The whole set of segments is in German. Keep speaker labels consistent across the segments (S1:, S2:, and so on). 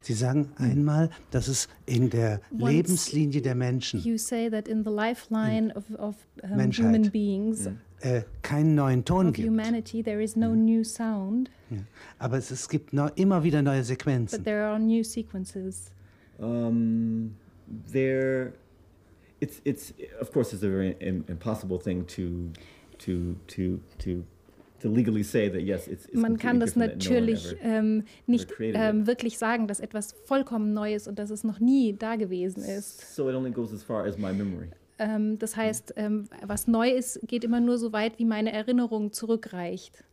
S1: Sie sagen einmal, das ist in der Lebenslinie der
S2: Hm.
S1: Menschen
S3: You say that in the lifeline of, of um,
S1: Menschheit.
S3: human
S2: Hm.
S3: beings,
S1: äh, keinen neuen Ton
S3: of
S1: gibt.
S3: humanity, there is no new sound,
S1: Ja. Aber es, es gibt noch immer wieder neue
S3: but
S1: Sequenzen.
S3: there are new sequences.
S2: Um, there, it's it's of course it's a very im- impossible thing to to to to to legally say that yes it's. it's
S3: Man kann
S2: completely
S3: das
S2: different, that no one
S3: natürlich
S2: ever-
S3: ähm, nicht
S2: created it.
S3: ähm, wirklich sagen, dass etwas vollkommen Neues und dass es noch nie da gewesen ist.
S2: So it only goes as far as my memory.
S3: Ähm,
S2: Hm.
S3: das heißt, ähm, was neu ist, geht immer nur so weit, wie meine Erinnerung zurückreicht.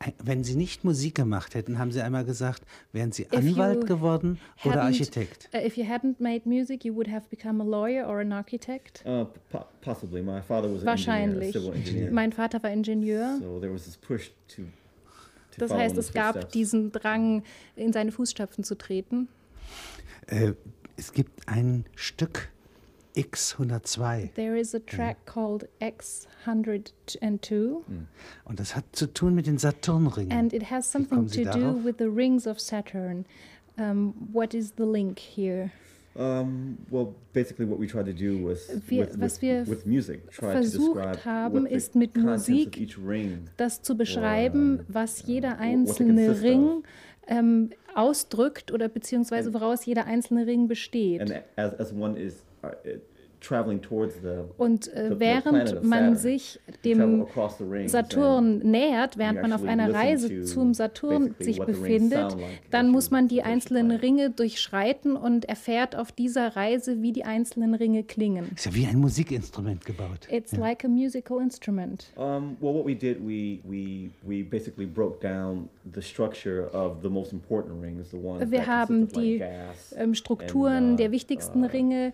S1: Ein- Wenn Sie nicht Musik gemacht hätten, haben Sie einmal gesagt, wären Sie
S3: you
S1: Anwalt geworden oder
S3: hadn't-
S1: Architekt.
S3: Uh, if you hadn't made music, you would have become a lawyer or an architect.
S2: Uh, po- possibly, my father was an engineer, a
S3: Wahrscheinlich.
S2: civil engineer.
S3: Mein Vater war Ingenieur.
S2: So there was this push to. to
S3: Das
S2: follow in
S3: heißt,
S2: the
S3: es gab
S2: footsteps.
S3: diesen Drang, in seine Fußstapfen zu treten.
S1: Äh, es gibt ein Stück X102
S3: There is a track
S2: Mm.
S3: called X102,
S1: und das hat zu tun mit den Saturnringen.
S3: and it has
S1: kommen
S3: something
S1: Sie
S3: to do
S1: darauf?
S3: with the rings of Saturn. Um, what is the link here?
S2: Um, well, basically, what we tried to do was
S3: Wir-
S2: with,
S3: was
S2: with,
S3: wir
S2: with music, try to
S3: versucht
S2: describe
S3: haben,
S2: what the
S3: ist mit
S2: contents
S3: Musik
S2: of each ring.
S3: Das zu beschreiben,
S2: ähm,
S3: was jeder
S2: what they consist
S3: einzelne
S2: of.
S3: Ring ähm, ausdrückt oder beziehungsweise
S2: And-
S3: woraus jeder einzelne Ring besteht.
S2: And as, as one is uh, uh, traveling towards the
S3: Und
S2: the- the
S3: äh,
S2: planet
S3: während
S2: of
S3: man
S2: Saturn,
S3: sich
S2: you travel
S3: dem
S2: across the rings and
S3: Saturn nähert, während
S2: you
S3: man auf
S2: actually
S3: einer
S2: listen
S3: Reise
S2: to
S3: zum Saturn
S2: basically
S3: sich
S2: what the rings
S3: befindet,
S2: sound like
S3: dann
S2: as
S3: muss
S2: you
S3: man die
S2: approach the
S3: einzelnen
S2: planet.
S3: Ringe durchschreiten und erfährt auf dieser Reise, wie die einzelnen Ringe klingen.
S1: Ist ja wie ein Musikinstrument gebaut.
S3: It's like a musical instrument.
S2: Um, well, what we did, we, we we basically broke down the structure of the most important rings, the ones
S3: Wir
S2: that
S3: haben
S2: consist of,
S3: die
S2: like gas,
S3: Ähm, Strukturen
S2: and, uh,
S3: der wichtigsten
S2: uh, um,
S3: Ringe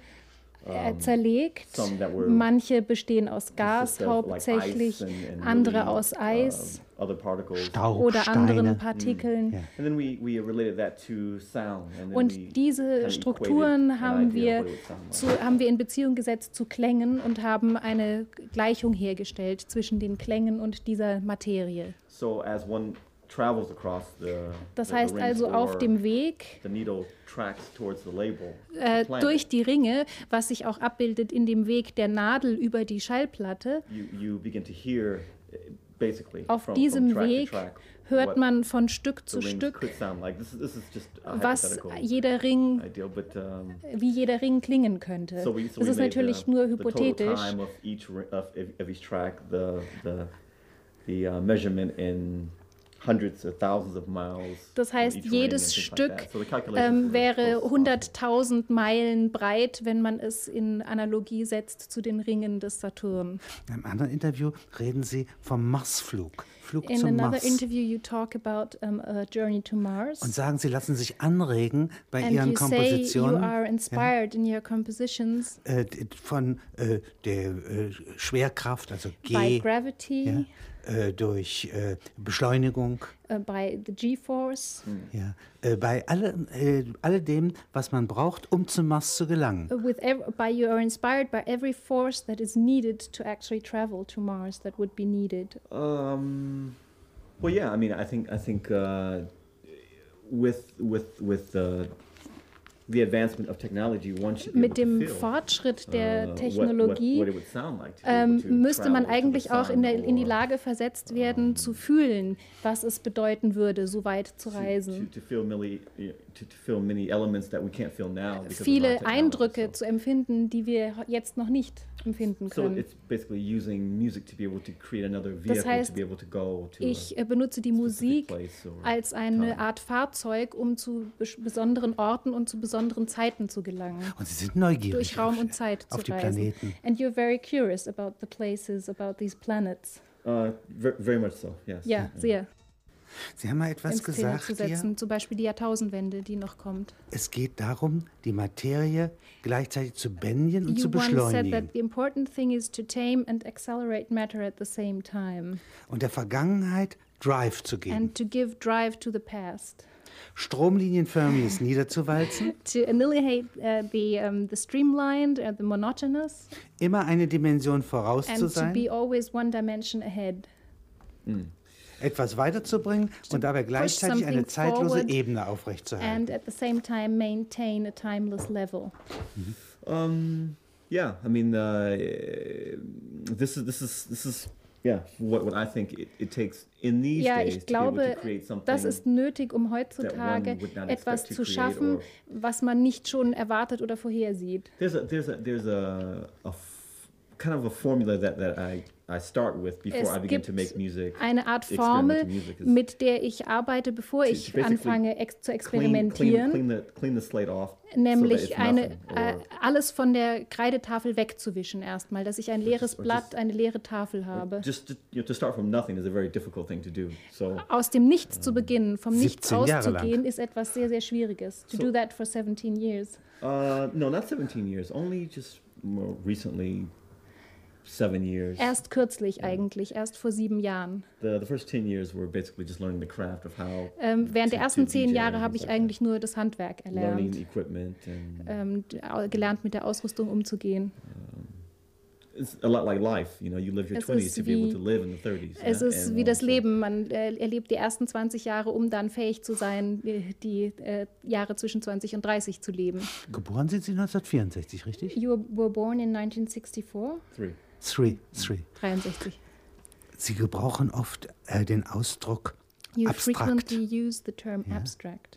S3: äh, zerlegt.
S2: some that were-
S3: Manche bestehen aus Gas
S2: consist of, like, ice
S3: hauptsächlich,
S2: and- and
S3: andere
S2: really,
S3: aus Eis
S2: um, other particles.
S1: Staub,
S3: oder anderen
S1: Steine.
S3: Partikeln.
S1: Ja.
S2: And then we, we related that to sound. And then we
S3: Und
S2: kind
S3: diese
S2: of equated an
S3: Strukturen haben
S2: idea
S3: wir,
S2: of what it would sound like.
S3: zu, haben wir in Beziehung gesetzt zu Klängen und haben eine Gleichung hergestellt zwischen den Klängen und dieser Materie.
S2: So as one travels across the,
S3: Das
S2: the,
S3: heißt
S2: the rings
S3: also
S2: or
S3: auf dem Weg
S2: the needle tracks towards the label.
S3: äh,
S2: the planet,
S3: durch die Ringe, was sich auch abbildet in dem Weg der Nadel über die Schallplatte,
S2: you, you begin to hear eh, basically
S3: auf
S2: from,
S3: diesem
S2: from track
S3: Weg
S2: to track
S3: hört
S2: what
S3: man von Stück
S2: the
S3: zu
S2: rings
S3: Stück,
S2: could sound like. This is, this is just a
S3: was
S2: hypothetical
S3: jeder Ring,
S2: ideal, but um,
S3: wie jeder Ring klingen könnte.
S2: so we so
S3: Das
S2: we
S3: ist
S2: made
S3: natürlich
S2: the,
S3: nur
S2: the total
S3: hypothetisch.
S2: time of each ri- of, of, of each track the the the uh, measurement in hundreds or thousands of miles.
S3: Das
S2: from
S3: heißt,
S2: each ring and
S3: jedes
S2: things like
S3: Stück,
S2: that. halt so the calculations
S3: ähm,
S2: were
S3: wäre
S2: as close as possible.
S3: 100.000 Meilen breit, wenn man es in Analogie setzt zu den Ringen des Saturn.
S1: In einem anderen Interview reden Sie vom Marsflug, Flug
S3: In
S1: zum
S3: another
S1: Mars.
S3: interview you talk about um, a journey to Mars.
S1: Und sagen, Sie lassen sich anregen bei
S3: and
S1: Ihren
S3: you say you
S1: Kompositionen.
S3: are inspired in your compositions
S1: äh, d- von äh, der äh, Schwerkraft, also
S3: by
S1: G, ja,
S3: gravity,
S1: äh, durch äh, Beschleunigung,
S3: uh, by the G-force,
S2: Hm.
S1: ja, äh, bei allem, äh, alledem, was man braucht, um zum Mars zu gelangen.
S3: uh, with ev- by you are inspired by every force that is needed to actually travel to Mars that would be needed.
S2: Um, well, yeah. I mean, I think I think uh, with with with the the advancement of technology, one should be
S3: Mit
S2: able
S3: dem
S2: to feel,
S3: Fortschritt
S2: uh,
S3: der
S2: what-
S3: Technologie
S2: what, what, it would sound like to be able
S3: ähm,
S2: to
S3: müsste man
S2: travel to the
S3: eigentlich auch in, der, in die
S2: sun
S3: Lage versetzt werden, zu fühlen, was es bedeuten würde, so weit zu
S2: or To,
S3: reisen.
S2: to, to feel many, to, to feel many elements that we can't feel now because
S3: Viele
S2: of our technology,
S3: Eindrücke zu empfinden, die wir ho- jetzt noch nicht empfinden
S2: So, so
S3: können.
S2: it's basically using music to be able to create another vehicle
S3: Das heißt,
S2: to be able to go to
S3: Ich
S2: a
S3: äh, benutze die
S2: specific
S3: Musik
S2: place or
S3: als eine
S2: time.
S3: Art Fahrzeug, um zu besch- besonderen Orten und zu besonderen Zeiten zu gelangen.
S1: Und sie sind neugierig
S3: Durch Raum
S1: auf,
S3: und Zeit zu
S1: auf die
S3: reisen.
S1: Planeten.
S3: And you're very curious about the places, about these planets.
S2: Uh, ver- very much so. Yes.
S3: Ja, sehr.
S1: Sie haben mal etwas
S3: in Szene
S1: gesagt
S3: zu
S1: hier.
S3: setzen. Zum Beispiel die Jahrtausendwende, die noch kommt.
S1: Es geht darum, die Materie gleichzeitig zu bändigen und
S3: You
S1: zu
S3: once said
S1: beschleunigen.
S3: that the important thing is to tame and accelerate matter at the same time
S1: Und der Vergangenheit Drive zu geben.
S3: and to give drive to the past,
S1: Stromlinienförmiges niederzuwalzen.
S3: to annihilate uh, the um, the streamlined and the monotonous,
S1: Immer eine Dimension voraus zu
S3: and to
S1: sein.
S3: be always one dimension ahead.
S1: etwas weiterzubringen und dabei gleichzeitig eine
S3: something
S1: zeitlose
S3: forward
S1: Ebene aufrechtzuerhalten.
S3: and at the same time maintain a timeless level.
S2: Um, yeah, I mean, uh, this is this is this is yeah what what I think it, it takes in these
S3: Ja,
S2: days
S3: ich
S2: to, be able
S3: glaube,
S2: to create something.
S3: das ist nötig, um
S2: that
S3: heutzutage
S2: one would not
S3: etwas
S2: expect
S3: zu
S2: to create
S3: schaffen,
S2: or-
S3: was man nicht schon erwartet oder vorhersieht.
S2: there's a there's a there's a, a f- kind of a formula that that I I start with before
S3: Es
S2: I begin to
S3: gibt
S2: make music.
S3: Eine Art
S2: Experimental
S3: Formel,
S2: music is-
S3: mit der ich arbeite, bevor
S2: To-
S3: ich
S2: basically
S3: anfange ex zu
S2: Clean, clean,
S3: experimentieren.
S2: clean the clean the slate off. so that
S3: Nämlich
S2: it's
S3: eine,
S2: nothing,
S3: äh,
S2: or-
S3: alles von der Kreidetafel wegzuwischen erstmal, dass ich ein leeres
S2: or
S3: Blatt,
S2: just-
S3: eine leere Tafel habe.
S2: just to, you know, to start from nothing is a very difficult thing to do. So
S3: Aus dem Nichts zu beginnen, vom
S2: Äh,
S3: Nichts
S1: 17 Jahre
S3: auszugehen, ist etwas sehr, sehr Schwieriges. To
S2: So-
S3: do that for 17 years.
S2: uh, no, not 17 years. Only just more recently, seven years.
S3: Erst kürzlich eigentlich, erst vor sieben Jahren.
S2: the the first 10 years were basically just learning the craft of how
S3: Ähm, während der
S2: To-
S3: ersten
S2: to
S3: zehn
S2: DJ
S3: Jahre
S2: und
S3: habe
S2: so
S3: ich
S2: weiter.
S3: eigentlich nur das Handwerk
S2: learning
S3: erlernt,
S2: equipment and
S3: ähm, d- au- gelernt mit der Ausrüstung umzugehen.
S2: it's a lot like life. You know, you live your
S3: Es
S2: 20s
S3: ist
S2: to be able
S3: wie-
S2: to live in the 30s.
S3: Es
S2: yeah,
S3: ist
S2: and,
S3: wie
S2: um,
S3: das
S2: so-
S3: Leben. Man äh, erlebt die ersten 20 Jahre, um dann fähig zu sein, äh, die äh, Jahre zwischen 20 und 30 zu leben.
S1: Geboren sind Sie 1964, richtig?
S3: You were born in 1964?
S2: Three.
S1: Three, three.
S3: 63.
S1: Sie gebrauchen oft äh, den Ausdruck
S3: You
S1: abstrakt.
S3: frequently use the term abstract.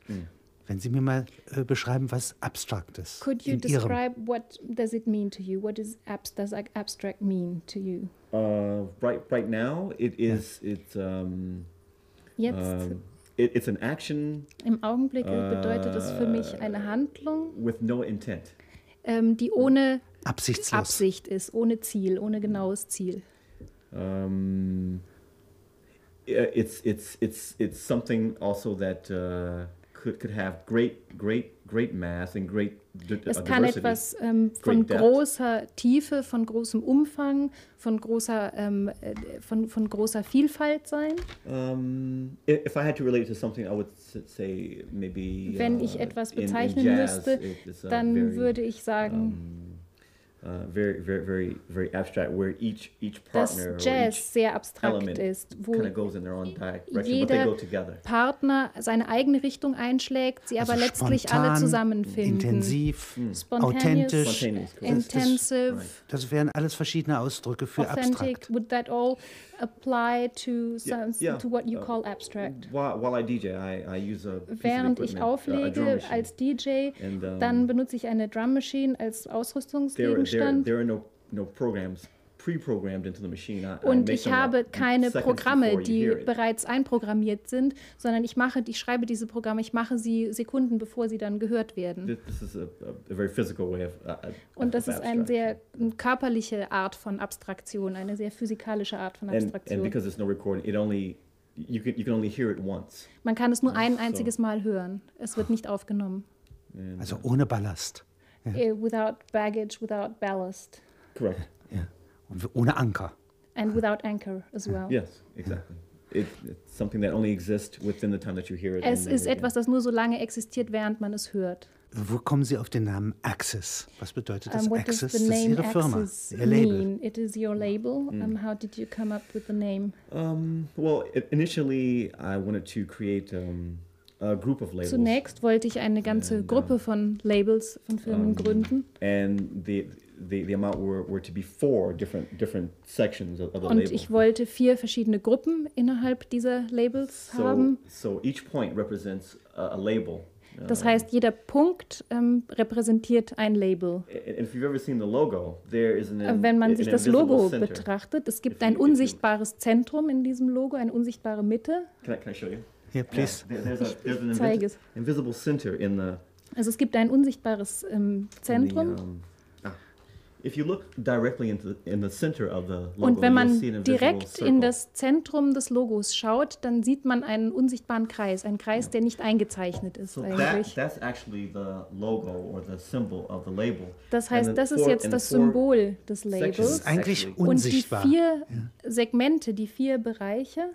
S1: Wenn Sie mir mal äh, beschreiben, was abstrakt ist.
S3: Could you
S1: in Ihrem.
S3: describe what does it mean to you? What is abs does like abstract mean to you?
S2: Uh, right, right now it is. It's um,
S3: Jetzt
S2: um it, it's an action
S3: im Augenblick bedeutet es für mich
S2: äh,
S3: eine Handlung,
S2: with no intent.
S3: ähm, die ohne
S1: Absichtslos.
S3: Absicht ist, ohne Ziel, ohne genaues Ziel.
S2: Um, i- it's it's it's it's something also that uh, could could have great great great mass and great d- uh,
S3: Es kann
S2: diversity.
S3: etwas ähm, von
S2: Great depth.
S3: großer Tiefe, von großem Umfang, von großer, ähm, äh, von, von großer Vielfalt sein.
S2: Um, i- if I had to relate to something, I would s- say maybe.
S3: Wenn ich
S2: uh,
S3: etwas
S2: in- in
S3: bezeichnen
S2: jazz,
S3: müsste,
S2: it is, uh,
S3: Dann
S2: very,
S3: würde ich sagen,
S2: um, uh, very, very, very, very abstract, where each each
S3: dass
S2: partner or each
S3: Jazz sehr abstrakt
S2: element
S3: ist, wo
S2: kind of goes in their own direction, but they
S3: jeder-
S2: go together.
S3: Partner seine eigene Richtung einschlägt, sie aber
S1: Also
S3: letztlich alle
S1: spontan,
S3: zusammenfinden.
S1: Intensiv,
S3: Spontaneous,
S1: authentisch.
S2: Spontaneous. cool.
S3: Intensive,
S2: Right.
S1: Das wären alles verschiedene Ausdrücke für
S3: authentic.
S1: abstrakt.
S3: Would that all apply to some,
S2: yeah.
S3: to what you
S2: Uh,
S3: call abstract?
S2: While, while I DJ, I, I use a piece of
S3: Während ich
S2: equipment, uh, a drum
S3: auflege
S2: machine.
S3: als DJ,
S2: And, um,
S3: dann benutze ich eine Drum Machine als
S2: there, there,
S3: Ausrüstungsgegenstand
S2: there are no no programs pre-programmed into the machine. I, I
S3: und
S2: make
S3: ich
S2: them up
S3: habe keine
S2: seconds
S3: Programme,
S2: before you
S3: die
S2: hear it.
S3: bereits einprogrammiert sind, sondern ich mache, ich schreibe diese Programme, ich mache sie Sekunden, bevor sie dann gehört werden.
S2: This, this is a, a, a very physical way of. Uh,
S3: Und das
S2: of
S3: ist eine
S2: abstraction.
S3: sehr eine körperliche Art von Abstraktion, eine sehr physikalische Art von
S2: And, and
S3: Abstraktion.
S2: because there's no recording, it only you can you can only hear it once.
S3: Man kann es nur ein
S2: so.
S3: einziges Mal hören. Es wird nicht aufgenommen.
S2: And,
S1: Also ohne Ballast.
S3: Eh, Without baggage, without ballast
S2: correct.
S1: Ja. Und ohne Anker.
S3: and without anchor as well.
S2: Yes, exactly. It, it's something that only exists within the time that you hear it.
S3: Es
S2: and
S3: ist
S2: then-
S3: etwas, das nur so lange existiert, während man es hört.
S1: Wo kommen Sie auf den Namen Axis? Was bedeutet das
S3: Um, what does
S1: Axis?
S3: the
S1: Das ist
S3: name
S1: Ihre Firma,
S3: Axis
S1: Ihr Label.
S3: mean? It is your label.
S2: Mhm.
S3: Um, how did you come up with the name?
S2: Um, well, i- initially, I wanted to create um, a group of labels.
S3: Zunächst wollte ich eine ganze
S2: Ähm,
S3: Gruppe von Labels, von Firmen
S2: Ähm,
S3: gründen.
S2: and the the, the amount were, were to be four different different sections of, of the
S3: Und
S2: label.
S3: ich wollte vier verschiedene Gruppen innerhalb dieser Labels
S2: so,
S3: haben.
S2: so each point represents a, a label.
S3: Das
S2: Um,
S3: heißt, jeder Punkt ähm, repräsentiert ein Label.
S2: i- i- if you've ever seen the logo, there is an,
S3: Äh, Wenn man
S2: an
S3: sich das
S2: invisible
S3: Logo
S2: center.
S3: betrachtet, es gibt
S2: If you-
S3: ein
S2: if you-
S3: unsichtbares Zentrum in diesem Logo, eine unsichtbare Mitte.
S2: Can I, can I show you?
S1: Hier, please.
S2: Yeah, there- there's, a, there's an
S3: zeige
S2: invis-
S3: es.
S2: invisible center in the,
S3: Also es gibt ein unsichtbares ähm,
S2: in the,
S3: Zentrum.
S2: um, ah. If you look directly into the, in the center of the logo,
S3: Und wenn
S2: you'll
S3: man
S2: see an invisible
S3: direkt
S2: circle.
S3: in das Zentrum des Logos schaut, dann sieht man einen unsichtbaren Kreis, einen Kreis, der nicht eingezeichnet ist
S2: So that,
S3: eigentlich.
S2: that's actually the logo or the symbol of the label.
S3: Das
S2: And
S3: heißt,
S2: the
S3: das ist
S2: four-
S3: jetzt
S2: and the
S3: das
S2: four-
S3: Symbol
S1: Das
S3: des
S2: sections
S3: Labels.
S1: ist eigentlich
S2: actually-
S3: Und die
S1: unsichtbar.
S3: vier Segmente, die vier Bereiche,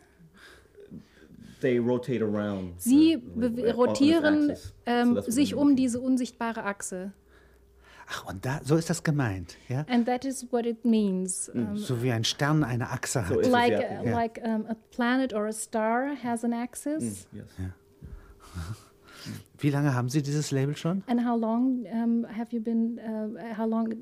S2: They rotate around.
S3: sie
S2: the-
S3: be-
S2: on- on its
S3: rotieren
S2: axis. So
S3: ähm,
S2: that's what
S3: sich
S2: we're
S3: um
S2: looking
S3: diese unsichtbare Achse.
S1: Ach, und da, so ist das gemeint, ja?
S3: and that is what it means.
S2: Mhm.
S3: Um,
S1: So wie ein Stern eine Achse
S2: So
S1: hat.
S2: ist-
S3: like
S2: yeah.
S3: uh, like um, a planet or a star has an axis.
S2: Yes.
S1: Wie lange haben Sie dieses Label schon?
S3: And how long um, have you been? Uh, how long? f-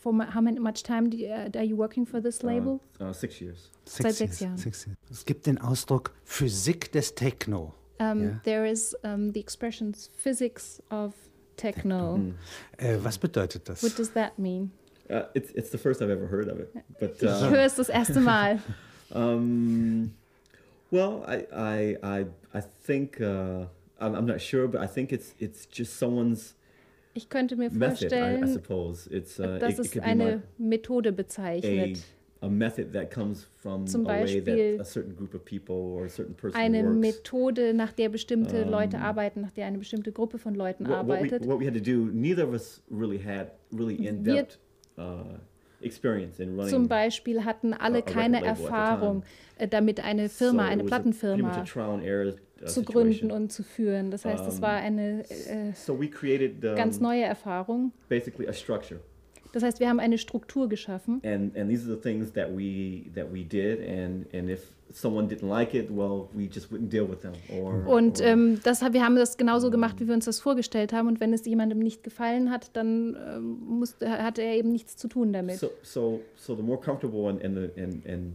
S3: For mu- how many, much time do you, uh, are you working for this label?
S2: Uh, uh, six years.
S3: Seit sechs Jahren.
S1: sechs Jahren. Es gibt den Ausdruck Physik des Techno.
S3: Um,
S1: yeah.
S3: There is um, the expressions physics of techno.
S1: Äh, was bedeutet das?
S3: What does that mean?
S2: Uh, it's it's the first I've ever heard of it. But uh,
S3: Ich höre es das erste Mal.
S2: Um, well, I, I, I, I think uh, I'm, I'm not sure, but I think it's it's just someone's
S3: Ich könnte mir
S2: method. I, I
S3: vorstellen,
S2: suppose it's uh,
S3: Äh, dass
S2: it, it
S3: es
S2: could be like
S3: eine Methode
S2: a,
S3: bezeichnet.
S2: a method that comes from
S3: Zum
S2: a way that
S3: Beispiel
S2: a certain group of people or a certain person
S3: Eine
S2: works.
S3: Methode, nach der bestimmte Leute
S2: Ähm,
S3: arbeiten, nach der eine bestimmte Gruppe von Leuten
S2: What, what we,
S3: arbeitet.
S2: what we had to do, neither of us really had really in depth uh, experience in running.
S3: Zum Beispiel hatten alle
S2: a record
S3: keine
S2: label at the
S3: Erfahrung, äh, damit eine Firma,
S2: so
S3: eine
S2: it was a- pretty much a
S3: Plattenfirma
S2: trial and error, uh,
S3: zu
S2: situation.
S3: gründen und zu führen. Das heißt, es
S2: Ähm,
S3: war eine äh,
S2: So we created um,
S3: ganz neue Erfahrung.
S2: basically a structure.
S3: Das heißt, wir haben eine Struktur geschaffen.
S2: and and these are the things that we that we did and and if someone didn't like it well we just wouldn't deal with them or
S3: Und
S2: or-
S3: ähm, das, wir haben das genauso gemacht, wie wir uns das vorgestellt haben. Und wenn es jemandem nicht gefallen hat, dann ähm, musste, hatte er eben nichts zu tun damit.
S2: so so so the more comfortable and and the and and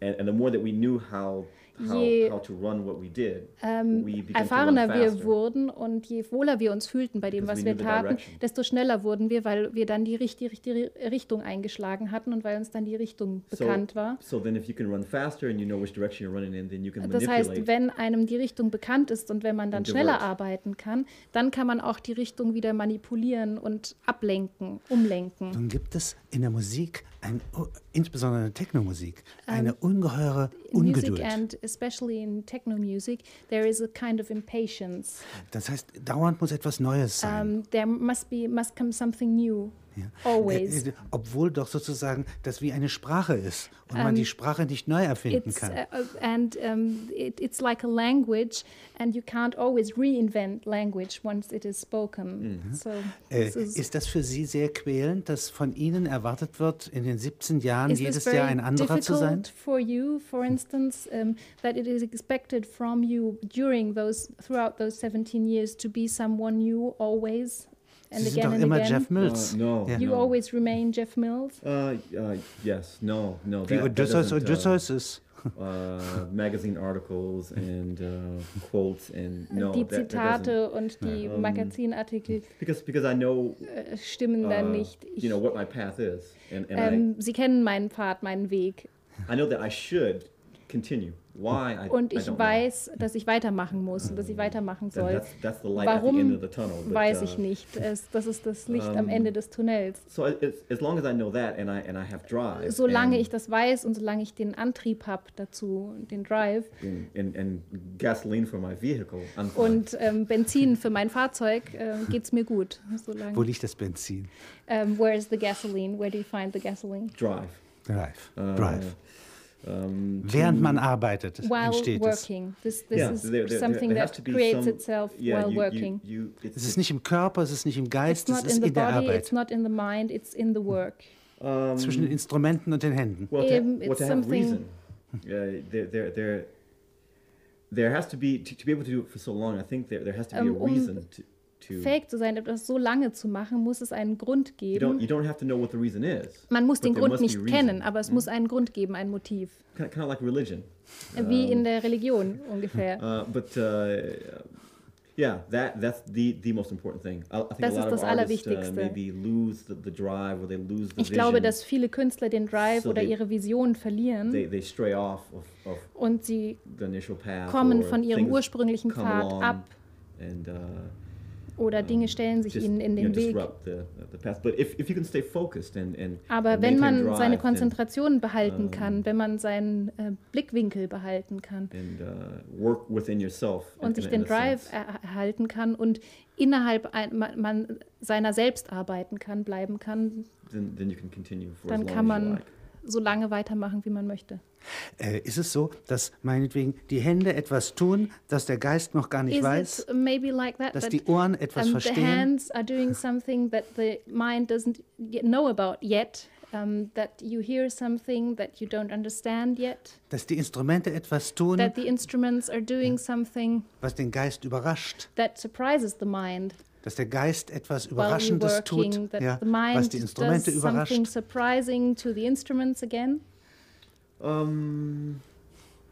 S2: and, and the more that we knew how how,
S3: Ye-
S2: how to run what we did
S3: ähm,
S2: we began to run
S3: erfahrener wir
S2: faster
S3: wurden und je wohler wir uns fühlten bei dem, was
S2: Because we
S3: wir
S2: knew the
S3: taten,
S2: direction.
S3: desto schneller wurden wir, weil wir dann die richtige, richtige Richtung eingeschlagen hatten und weil uns dann die Richtung
S2: So-
S3: bekannt war.
S2: so then if you can run faster and you know which direction you're running in then you can
S3: Das heißt,
S2: manipulate
S3: wenn einem die Richtung bekannt ist und wenn man dann
S2: And
S3: schneller
S2: divert.
S3: arbeiten kann, dann kann man auch die Richtung wieder manipulieren und ablenken, umlenken.
S1: Nun gibt es in der Musik, ein, insbesondere in der Techno-Musik, eine ungeheure Ungeduld.
S3: Ähm, Music and especially in techno music, there is a kind of impatience.
S1: Das heißt, dauernd muss etwas Neues sein.
S3: Um, there must be must come something new.
S1: ja.
S3: Always.
S1: Äh, äh, Obwohl doch sozusagen das wie eine Sprache ist und man die Sprache nicht neu erfinden
S3: Ähm, It's
S1: kann.
S3: uh, uh, and um, it, it's like a language, and you can't always reinvent language once it is spoken. So
S1: Äh,
S3: this is-
S1: ist das für Sie sehr quälend, dass von Ihnen erwartet wird, in den 17 Jahren
S3: Is
S1: jedes
S3: this
S1: Jahr
S3: very
S1: ein anderer zu sein?
S3: difficult for you,
S1: Hmm.
S3: for instance, um, that it is expected from you during those throughout those 17 years to be someone new always and
S1: Sie sind
S3: again
S1: doch
S3: and
S1: immer
S3: again?
S1: Jeff Mills.
S2: uh, no
S1: Yeah.
S3: You
S2: no.
S3: always remain Jeff Mills.
S2: uh, uh, yes no no
S1: Wie
S2: that- that
S1: Odysseus
S2: doesn't, uh,
S1: Odysseus ist.
S2: uh, magazine articles and uh, quotes and no
S3: die
S2: that, that doesn't
S3: Zitate und die
S2: Ähm,
S3: Magazinartikel
S2: because because I know
S3: äh, stimmen
S2: uh,
S3: dann nicht. Ich,
S2: you know what my path is and, and
S3: ähm, Sie kennen meinen Pfad, meinen Weg.
S2: I, I know that I should continue why I,
S3: Und
S2: I
S3: ich
S2: don't know.
S3: weiß, dass ich weitermachen muss und dass
S2: Mhm.
S3: ich weitermachen
S2: That-
S3: soll.
S2: that's, that's the light at
S3: Warum
S2: the end of the tunnel but,
S3: Weiß
S2: uh,
S3: ich nicht. Es, das ist das Licht am
S2: ähm,
S3: Ende des Tunnels.
S2: so I- it's, as long as I know that and I and I have drive
S3: Solange
S2: and,
S3: ich das weiß und solange ich den Antrieb habe dazu, den Drive
S2: and, and, and gasoline for my vehicle I'm fine.
S3: und ähm, Benzin für mein Fahrzeug, äh, geht es mir gut.
S1: Wo
S3: Solange,
S1: liegt das Benzin?
S3: ähm, where is the gasoline? Where do you find the gasoline?
S2: drive
S1: Drive.
S2: uh,
S1: Drive.
S2: um,
S1: Während man arbeitet,
S3: While
S1: entsteht es.
S3: working. This, this
S2: yeah,
S3: is
S2: there- there- there-
S3: something
S2: there has
S3: that
S2: to be
S3: creates
S2: some-
S3: itself
S2: yeah,
S3: while
S2: you- you-
S3: working.
S2: you- it's-
S1: Es ist nicht im Körper, es ist nicht im
S3: It's
S1: Geist, es
S3: not
S1: ist
S3: in the
S1: in der
S3: body,
S1: Arbeit.
S3: it's not in the mind, it's in the work.
S2: um,
S1: Zwischen den Instrumenten und den Händen.
S2: Well, to,
S3: Um,
S2: well,
S3: it's
S2: to have
S3: something-
S2: reason, uh, there, there, there, there has to be to, to be able to do it for so long. I think there, there has to be
S3: Um,
S2: a
S3: um,
S2: reason to. to
S3: Fähig zu sein, etwas so lange zu machen, muss es einen Grund
S2: you don't you
S3: geben.
S2: don't have to know what the reason is.
S3: Man muss
S2: but
S3: den
S2: there
S3: Grund
S2: must be
S3: nicht
S2: reason. Hm.
S3: kennen, aber es muss einen Grund geben, ein Motiv. Äh,
S2: Kind of, kind of like religion, Ähm.
S3: Wie in der Religion ungefähr.
S2: uh, but. Uh, yeah, that that's the the most important thing. I, I think
S3: Das
S2: a
S3: ist
S2: lot
S3: das
S2: of artists uh,
S3: Allerwichtigste.
S2: maybe lose the, the drive or they lose the
S3: Ich glaube,
S2: vision.
S3: dass viele Künstler den Drive
S2: So
S3: oder
S2: they-
S3: ihre Vision verlieren
S2: They, they stray off of, of
S3: und sie
S2: the initial path.
S3: kommen
S2: or
S3: von ihrem
S2: things
S3: ursprünglichen
S2: come
S3: Pfad
S2: along
S3: ab
S2: And uh,
S3: oder Dinge stellen sich
S2: just,
S3: ihnen in
S2: you know,
S3: den Weg.
S2: disrupt the, the path. But if, if you can stay focused and, and
S3: Aber
S2: and
S3: wenn
S2: maintain
S3: man
S2: drive,
S3: seine
S2: then-
S3: Konzentration behalten kann,
S2: ähm,
S3: wenn man seinen äh, Blickwinkel behalten kann
S2: and uh, work within yourself in-
S3: und sich
S2: in-
S3: den
S2: in a
S3: Drive
S2: sense.
S3: er- erhalten kann und innerhalb ein, man, man seiner selbst arbeiten kann, bleiben kann,
S2: then, then you can continue for
S3: dann
S2: as long
S3: kann
S2: as you
S3: man
S2: like.
S3: so lange weitermachen, wie man möchte.
S1: Äh, ist es so, dass meinetwegen die Hände etwas tun, das der Geist noch gar nicht
S3: Is
S1: weiß,
S3: it maybe like that?
S1: dass
S3: that
S1: die Ohren etwas
S3: um, the
S1: verstehen?
S3: hands are doing something that the mind doesn't yet know about yet. Um, that you hear something that you don't understand yet.
S1: dass die Instrumente etwas tun,
S3: That the instruments are doing something
S1: was den Geist überrascht,
S3: that surprises the mind
S1: dass der Geist etwas
S3: while you're
S1: Überraschendes
S3: working.
S1: tut,
S3: That
S1: ja,
S3: the
S1: was
S3: mind
S1: die Instrumente
S3: does something
S1: überrascht.
S3: surprising to the instruments again.
S2: Um,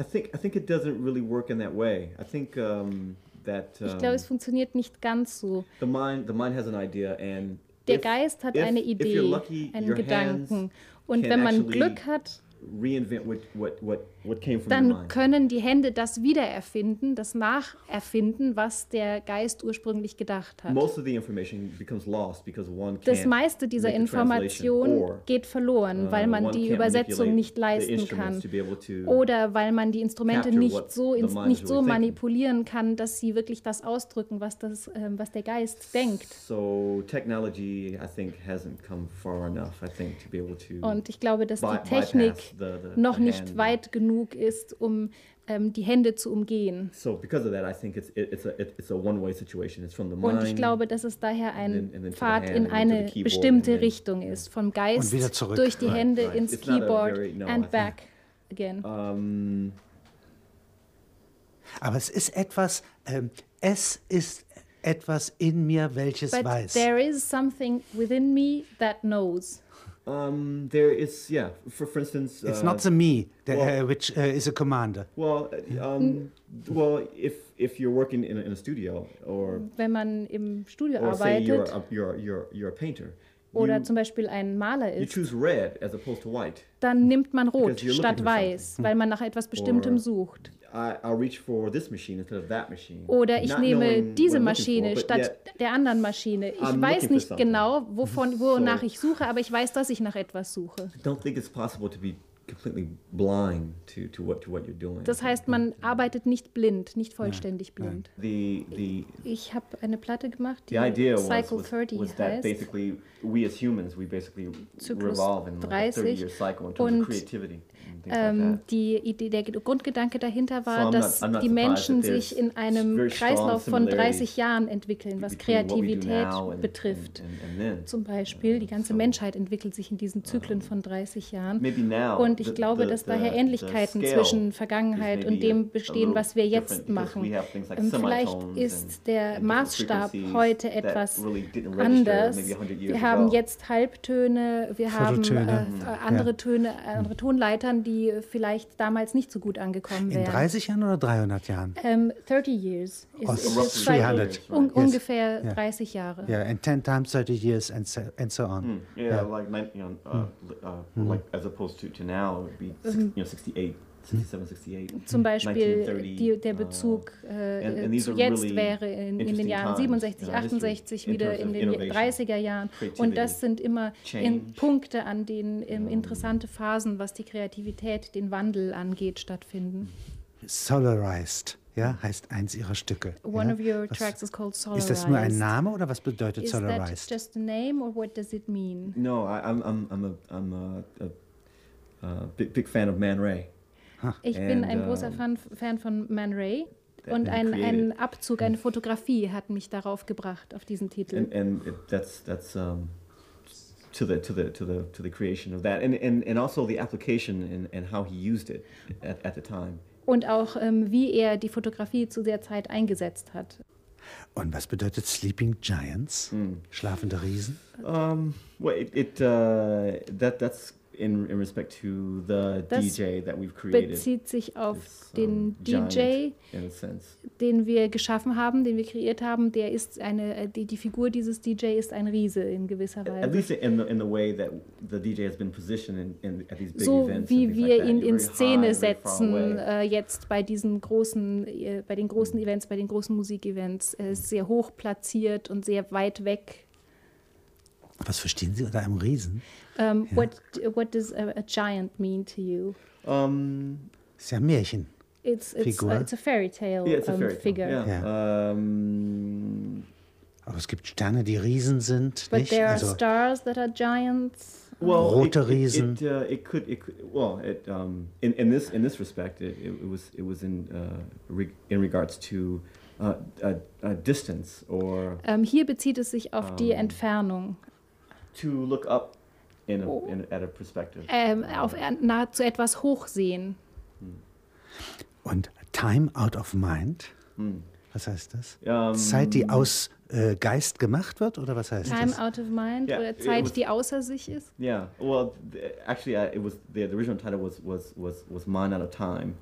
S2: I think I think it doesn't really work in that way. I think um, that
S3: Ich glaube,
S2: um,
S3: es funktioniert nicht ganz so.
S2: the mind the mind has an idea, and
S3: Der
S2: if-
S3: Geist hat
S2: if-
S3: eine
S2: if you're
S3: Idee,
S2: lucky,
S3: einen
S2: your hands
S3: Gedanken. Und
S2: can
S3: wenn man
S2: actually
S3: Glück hat,
S2: reinvent what what what what came from your
S3: dann
S2: mind.
S3: können die Hände das wiedererfinden, das nacherfinden, was der Geist ursprünglich gedacht hat.
S2: Most of the information becomes lost because one can't
S3: Das meiste dieser
S2: make the translation
S3: Information
S2: or,
S3: geht verloren, weil
S2: uh,
S3: man
S2: one
S3: die
S2: can't
S3: Übersetzung
S2: manipulate
S3: nicht
S2: the
S3: leisten
S2: instruments
S3: kann
S2: to be able to-
S3: oder weil man die Instrumente
S2: capture
S3: nicht
S2: what
S3: so,
S2: the
S3: ins,
S2: mind
S3: nicht
S2: is
S3: so
S2: really thinking.
S3: manipulieren kann, dass sie wirklich das ausdrücken, was, das, ähm, was der Geist denkt.
S2: So technology, I think, hasn't come far enough. I think to be able to
S3: Und ich glaube, dass
S2: by-
S3: die Technik
S2: bypass the, the,
S3: noch
S2: the
S3: nicht
S2: hand.
S3: weit genug ist, um ähm, die Hände zu umgehen.
S2: So because of that, I think it's it, it's a it, it's a one-way situation. It's from the mind.
S3: Und ich glaube, dass es daher
S2: and then- and
S3: ein
S2: then to the
S3: Pfad in
S2: hand and to the
S3: eine
S2: keyboard
S3: bestimmte
S2: and then-
S3: Richtung ist, vom Geist
S1: wieder zurück.
S3: durch die
S2: Right,
S3: Hände
S2: right.
S3: ins
S2: It's not a
S3: Keyboard
S2: very- no, I
S3: and
S2: think-
S3: back again.
S2: um,
S1: Aber es ist etwas, ähm, es ist etwas in mir, welches
S3: But
S1: weiß.
S3: there is something within me that knows.
S2: um, there is yeah. For for instance,
S1: It's
S2: uh,
S1: not the me, that,
S2: well-
S1: uh, which uh, is a commander.
S2: well, uh, um, well, if if you're working in a, in a studio or
S3: Wenn man im Studio
S2: or say you're
S3: arbeitet
S2: a, you're you're you're a painter,
S3: oder
S2: you,
S3: zum Beispiel ein Maler
S2: you
S3: ist,
S2: choose red as opposed to white.
S3: dann nimmt man Rot
S2: because you're
S3: statt
S2: looking for
S3: Weiß, weil man nach etwas Bestimmtem
S2: Or-
S3: sucht.
S2: I, I'll reach for this machine instead of that machine.
S3: Oder ich
S2: Not
S3: nehme
S2: knowing
S3: diese
S2: what I'm looking
S3: Maschine
S2: for, but
S3: statt
S2: yet-
S3: der anderen Maschine. Ich
S2: I'm
S3: weiß
S2: looking for
S3: nicht
S2: something.
S3: genau, wovon, wonach
S2: So-
S3: ich suche, aber ich weiß, dass ich nach etwas suche.
S2: don't think it's possible to be completely blind to, to what to what you're doing.
S3: Das heißt, man arbeitet nicht blind, nicht vollständig blind.
S2: the the
S3: Ich habe eine Platte gemacht, die
S2: the idea was,
S3: Cycle
S2: was,
S3: 30
S2: was that
S3: heißt.
S2: basically we as humans we basically
S3: Zyklus
S2: revolve in like a
S3: 30
S2: 30 year cycle in terms
S3: und,
S2: of creativity and things
S3: Ähm,
S2: like that.
S3: die Idee, der Grundgedanke dahinter
S2: So
S3: war,
S2: I'm not-
S3: dass
S2: I'm not
S3: die
S2: surprised
S3: Menschen
S2: that there's
S3: sich in einem
S2: very strong
S3: Kreislauf von
S2: similarities
S3: 30 Jahren entwickeln, was
S2: Between what we do
S3: Kreativität
S2: now and-
S3: betrifft.
S2: And, and, and then.
S3: Zum Beispiel, die ganze
S2: So-
S3: Menschheit entwickelt sich in diesen Zyklen von 30 Jahren.
S2: Maybe now
S3: Und ich
S2: the-
S3: glaube,
S2: the-
S3: dass
S2: the-
S3: daher
S2: the
S3: Ähnlichkeiten
S2: scale
S3: zwischen
S2: is
S3: Vergangenheit und
S2: maybe a-
S3: dem
S2: a
S3: bestehen,
S2: little
S3: was wir jetzt
S2: different because
S3: machen.
S2: we have things like
S3: Ähm, Vielleicht
S2: semitones
S3: ist
S2: and-
S3: der
S2: and different
S3: Maßstab
S2: frequencies
S3: heute
S2: that
S3: etwas
S2: really didn't register
S3: anders.
S2: maybe 100 years
S3: Wir haben
S2: ago. Mhm.
S3: jetzt Halbtöne, wir haben äh,
S1: Vierteltöne.
S3: andere Töne, äh, andere Tonleitern, die vielleicht damals nicht so gut angekommen
S1: In
S3: wären.
S1: 30 Jahren oder 300 Jahren?
S3: Ähm, 30 years. Ist,
S1: Oh,
S3: ist
S2: roughly
S3: es bei
S1: 300,
S3: un
S2: right.
S3: Ungefähr
S1: Ja.
S3: 30 Jahre.
S1: Yeah, and 10 times 30 years and so, and so on.
S2: Mm, yeah,
S1: Yeah.
S2: like nine, you know, uh, li- uh, like as opposed to, to now, it would be six,
S3: Mhm.
S2: you know 68, 67, 68.
S3: Zum Beispiel
S2: 1930,
S3: die, der
S2: Hm, äh,
S3: Bezug äh,
S2: and-
S3: äh,
S2: and these
S3: zu
S2: are
S3: jetzt
S2: really
S3: wäre in, in den
S2: interesting
S3: Jahren
S2: times
S3: 67,
S2: in our history
S3: 68,
S2: in
S3: wieder
S2: terms
S3: in
S2: of
S3: den
S2: innovation,
S3: 30er Jahren. Und das
S2: creativity,
S3: sind immer in
S2: change. Um,
S3: Punkte, an denen ähm, interessante Phasen, was die Kreativität, den Wandel angeht, stattfinden.
S1: Solarized, ja, heißt eins ihrer Stücke.
S3: One
S1: ja.
S3: of your
S1: Was-
S3: tracks is called
S1: Ist
S3: Solarized.
S1: das nur ein Name oder was bedeutet
S3: Is that
S1: Solarized?
S3: just a name or what does it mean?
S2: No, I, I'm I'm I'm a I'm a, a, a big big fan of Man Ray.
S1: Ah.
S3: Ich bin
S2: And,
S3: ein großer
S2: um,
S3: Fan, Fan von Man Ray.
S2: that
S3: Und
S2: he
S3: ein, ein
S2: created.
S3: Abzug, eine Fotografie hat mich darauf gebracht, auf diesen Titel.
S2: and, and it, that's that's um, to the to the to the to the creation of that, and and, and also the application and, and how he used it at, at the time.
S3: Und auch, ähm, wie er die Fotografie zu der Zeit eingesetzt hat.
S1: Und was bedeutet Sleeping Giants? Schlafende Riesen?
S2: Um, well, it, it uh, that that's in in respect to the
S3: Das
S2: DJ that we've created
S3: Bezieht sich auf
S2: Ist,
S3: den
S2: ähm, Giant.
S3: DJ,
S2: in a sense.
S3: den wir geschaffen haben, den wir kreiert haben. Der ist eine, äh, die, die Figur dieses DJ ist ein Riese in gewisser
S2: At
S3: Weise.
S2: least in the in the way that the DJ has been positioned in, in at these big
S3: So
S2: events. and
S3: wie
S2: things like
S3: wir
S2: that.
S3: ihn
S2: You're
S3: in
S2: very high,
S3: Szene
S2: very far
S3: setzen,
S2: away.
S3: äh, jetzt bei diesen großen, äh, bei den großen Events, bei den großen Musikevents. Er ist sehr hoch platziert und sehr weit weg.
S1: Was verstehen Sie unter einem Riesen?
S3: Ähm, what, what does a, a giant mean to you?
S2: Um,
S1: Ist ja ein Märchen.
S3: It's, it's,
S1: Figur?
S3: it's a fairy tale
S2: yeah, it's a
S3: um,
S2: fairy tale.
S3: figure.
S2: Yeah. Um,
S1: Aber es gibt Sterne, die Riesen sind,
S3: But
S1: nicht?
S3: there are
S1: Also,
S3: stars that are giants.
S2: Well,
S1: Rote
S2: it, it-
S1: Riesen.
S2: It, uh, it could. It could. Well, it, um, in, in this in this respect, it, it, it was it was in uh, reg- in regards to uh, uh, uh, distance or
S3: Ähm, hier bezieht es sich auf die
S2: Ähm,
S3: Entfernung,
S2: to look up in a,
S3: Oh.
S2: in, at a perspective.
S3: ähm, auf er- nahezu etwas hochsehen.
S1: Und Time out of mind,
S2: Mm.
S1: was heißt das?
S2: Um,
S1: Zeit, die aus äh, Geist gemacht wird, oder was heißt
S3: Time
S1: das?
S3: out of mind
S2: Ja,
S3: oder
S2: it was-
S3: Zeit, die außer sich ist.
S2: Yeah. Well, th- actually, uh, it was the, the original title was was was was mine out of time.